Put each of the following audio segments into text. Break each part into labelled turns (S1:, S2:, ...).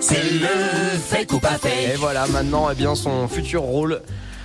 S1: C'est le fake ou pas
S2: Et
S1: fake.
S2: voilà, maintenant, eh bien, son futur rôle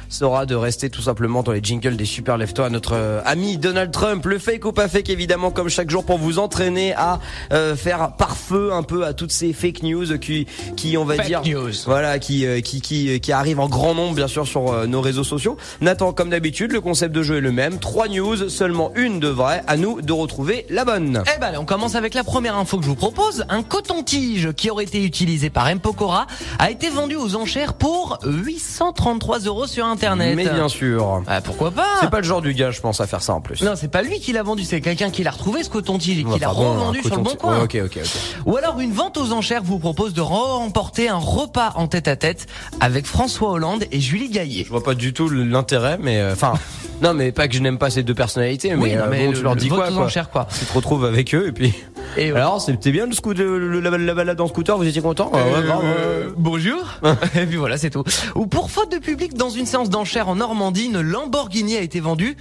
S2: sera de rester tout simplement dans les jingles des super leftos à notre euh, ami Donald Trump. Le fake ou pas fake, évidemment, comme chaque jour, pour vous entraîner à euh, faire pare-feu un peu à toutes ces fake news qui, qui on va
S3: Fake
S2: dire,
S3: news.
S2: voilà, qui, euh, qui, qui, qui arrivent en grand nombre, bien sûr, sur euh, nos réseaux sociaux. Nathan, comme d'habitude, le concept de jeu est le même. Trois news, seulement une de vraie. À nous de retrouver la bonne.
S3: Eh ben, allez, on commence avec la première info que je vous propose. Un coton-tige qui aurait été utilisé par M. Pokora a été vendu aux enchères pour 833 euros sur Internet.
S2: Mais bien sûr.
S3: Ah, pourquoi pas
S2: C'est pas le genre du gars, je pense, à faire ça en plus.
S3: Non, c'est pas lui qui l'a vendu, c'est quelqu'un qui l'a retrouvé ce coton-tige et qui
S2: Enfin,
S3: l'a
S2: bon,
S3: revendu
S2: Bah, un
S3: sur le bon
S2: coton-
S3: coin.
S2: Ouais, ok, ok, ok.
S3: Ou alors une vente aux enchères vous propose de remporter un repas en tête-à-tête avec François Hollande et Julie Gaillet.
S2: Je vois pas du tout l'intérêt, mais euh, enfin, non, mais pas que je n'aime pas ces deux personnalités, mais,
S3: non,
S2: euh, bon, tu
S3: le-
S2: leur
S3: le
S2: dis
S3: vote
S2: quoi,
S3: aux
S2: quoi
S3: enchères, quoi.
S2: Tu te retrouves avec eux et puis.
S3: Et euh, voilà.
S2: Alors, c'était bien le scoot, le- la, la balade en scooter. Vous étiez content Ah Ouais, ouais, Ah. bravo.
S3: Euh, bonjour. Et puis voilà, c'est tout. Ou pour faute de public dans une séance d'enchères en Normandie, une Lamborghini a été vendue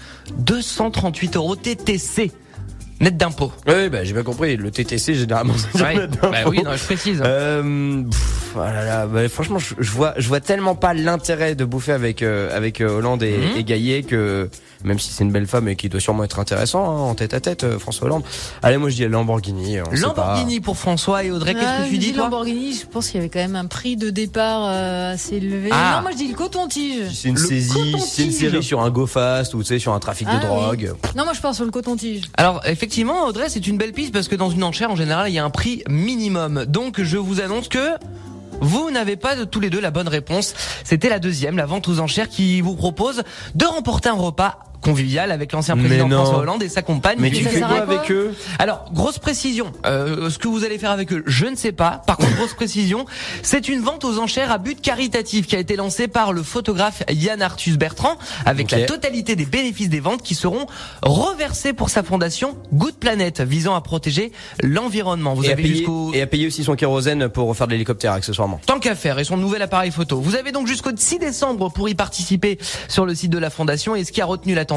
S3: 238 euros TTC, net d'impôt.
S2: Ouais, bah, j'ai pas compris. Le TTC généralement. ça
S3: Ouais.
S2: doit être un
S3: Bah
S2: peu.
S3: oui, non, je précise.
S2: Euh, pff, oh là là, bah, franchement, je, je vois, je vois tellement pas l'intérêt de bouffer avec euh, avec euh, Hollande et,
S3: Mhm.
S2: et Gaillet que même si c'est une belle femme et qui doit sûrement être intéressant hein, en tête à tête, euh, François Hollande. Allez, moi je dis Lamborghini. on sait pas.
S3: Lamborghini pour François et Audrey. Qu'est-ce
S4: Ouais,
S3: que tu
S4: je
S3: dis
S4: dis
S3: toi
S4: Lamborghini, je pense qu'il y avait quand même un prix de départ euh, assez élevé.
S3: Ah.
S4: Non, moi je dis le coton-tige.
S2: C'est une
S3: Le
S2: saisie,
S3: coton-tige.
S2: c'est une série sur un go fast ou tu sais sur un trafic
S4: Ah
S2: de
S4: oui.
S2: drogue.
S4: Non, moi je pars sur le coton-tige.
S3: Alors effectivement, Audrey, c'est une belle piste parce que dans une enchère, en général, il y a un prix minimum. Donc je vous annonce que vous n'avez pas de- tous les deux la bonne réponse. C'était la deuxième, la vente aux enchères, qui vous propose de remporter un repas convivial avec l'ancien
S2: Mais
S3: président
S2: non.
S3: François Hollande et sa compagne.
S2: Mais
S4: Mais
S2: tu
S4: ça
S2: fais
S4: sert
S2: quoi
S4: à quoi
S2: avec eux
S3: Alors, grosse précision, euh, ce que vous allez faire avec eux, je ne sais pas. Par contre, grosse précision, c'est une vente aux enchères à but caritatif qui a été lancée par le photographe Yann Arthus Bertrand avec
S2: Ok.
S3: la totalité des bénéfices des ventes qui seront reversés pour sa fondation Good Planet visant à protéger l'environnement. Vous
S2: et, à
S3: avez
S2: payer,
S3: jusqu'au
S2: et à payer aussi son kérosène pour faire de l'hélicoptère accessoirement.
S3: Tant qu'à faire et son nouvel appareil photo. Vous avez donc jusqu'au 6 décembre pour y participer sur le site de la fondation et ce qui a retenu l'attention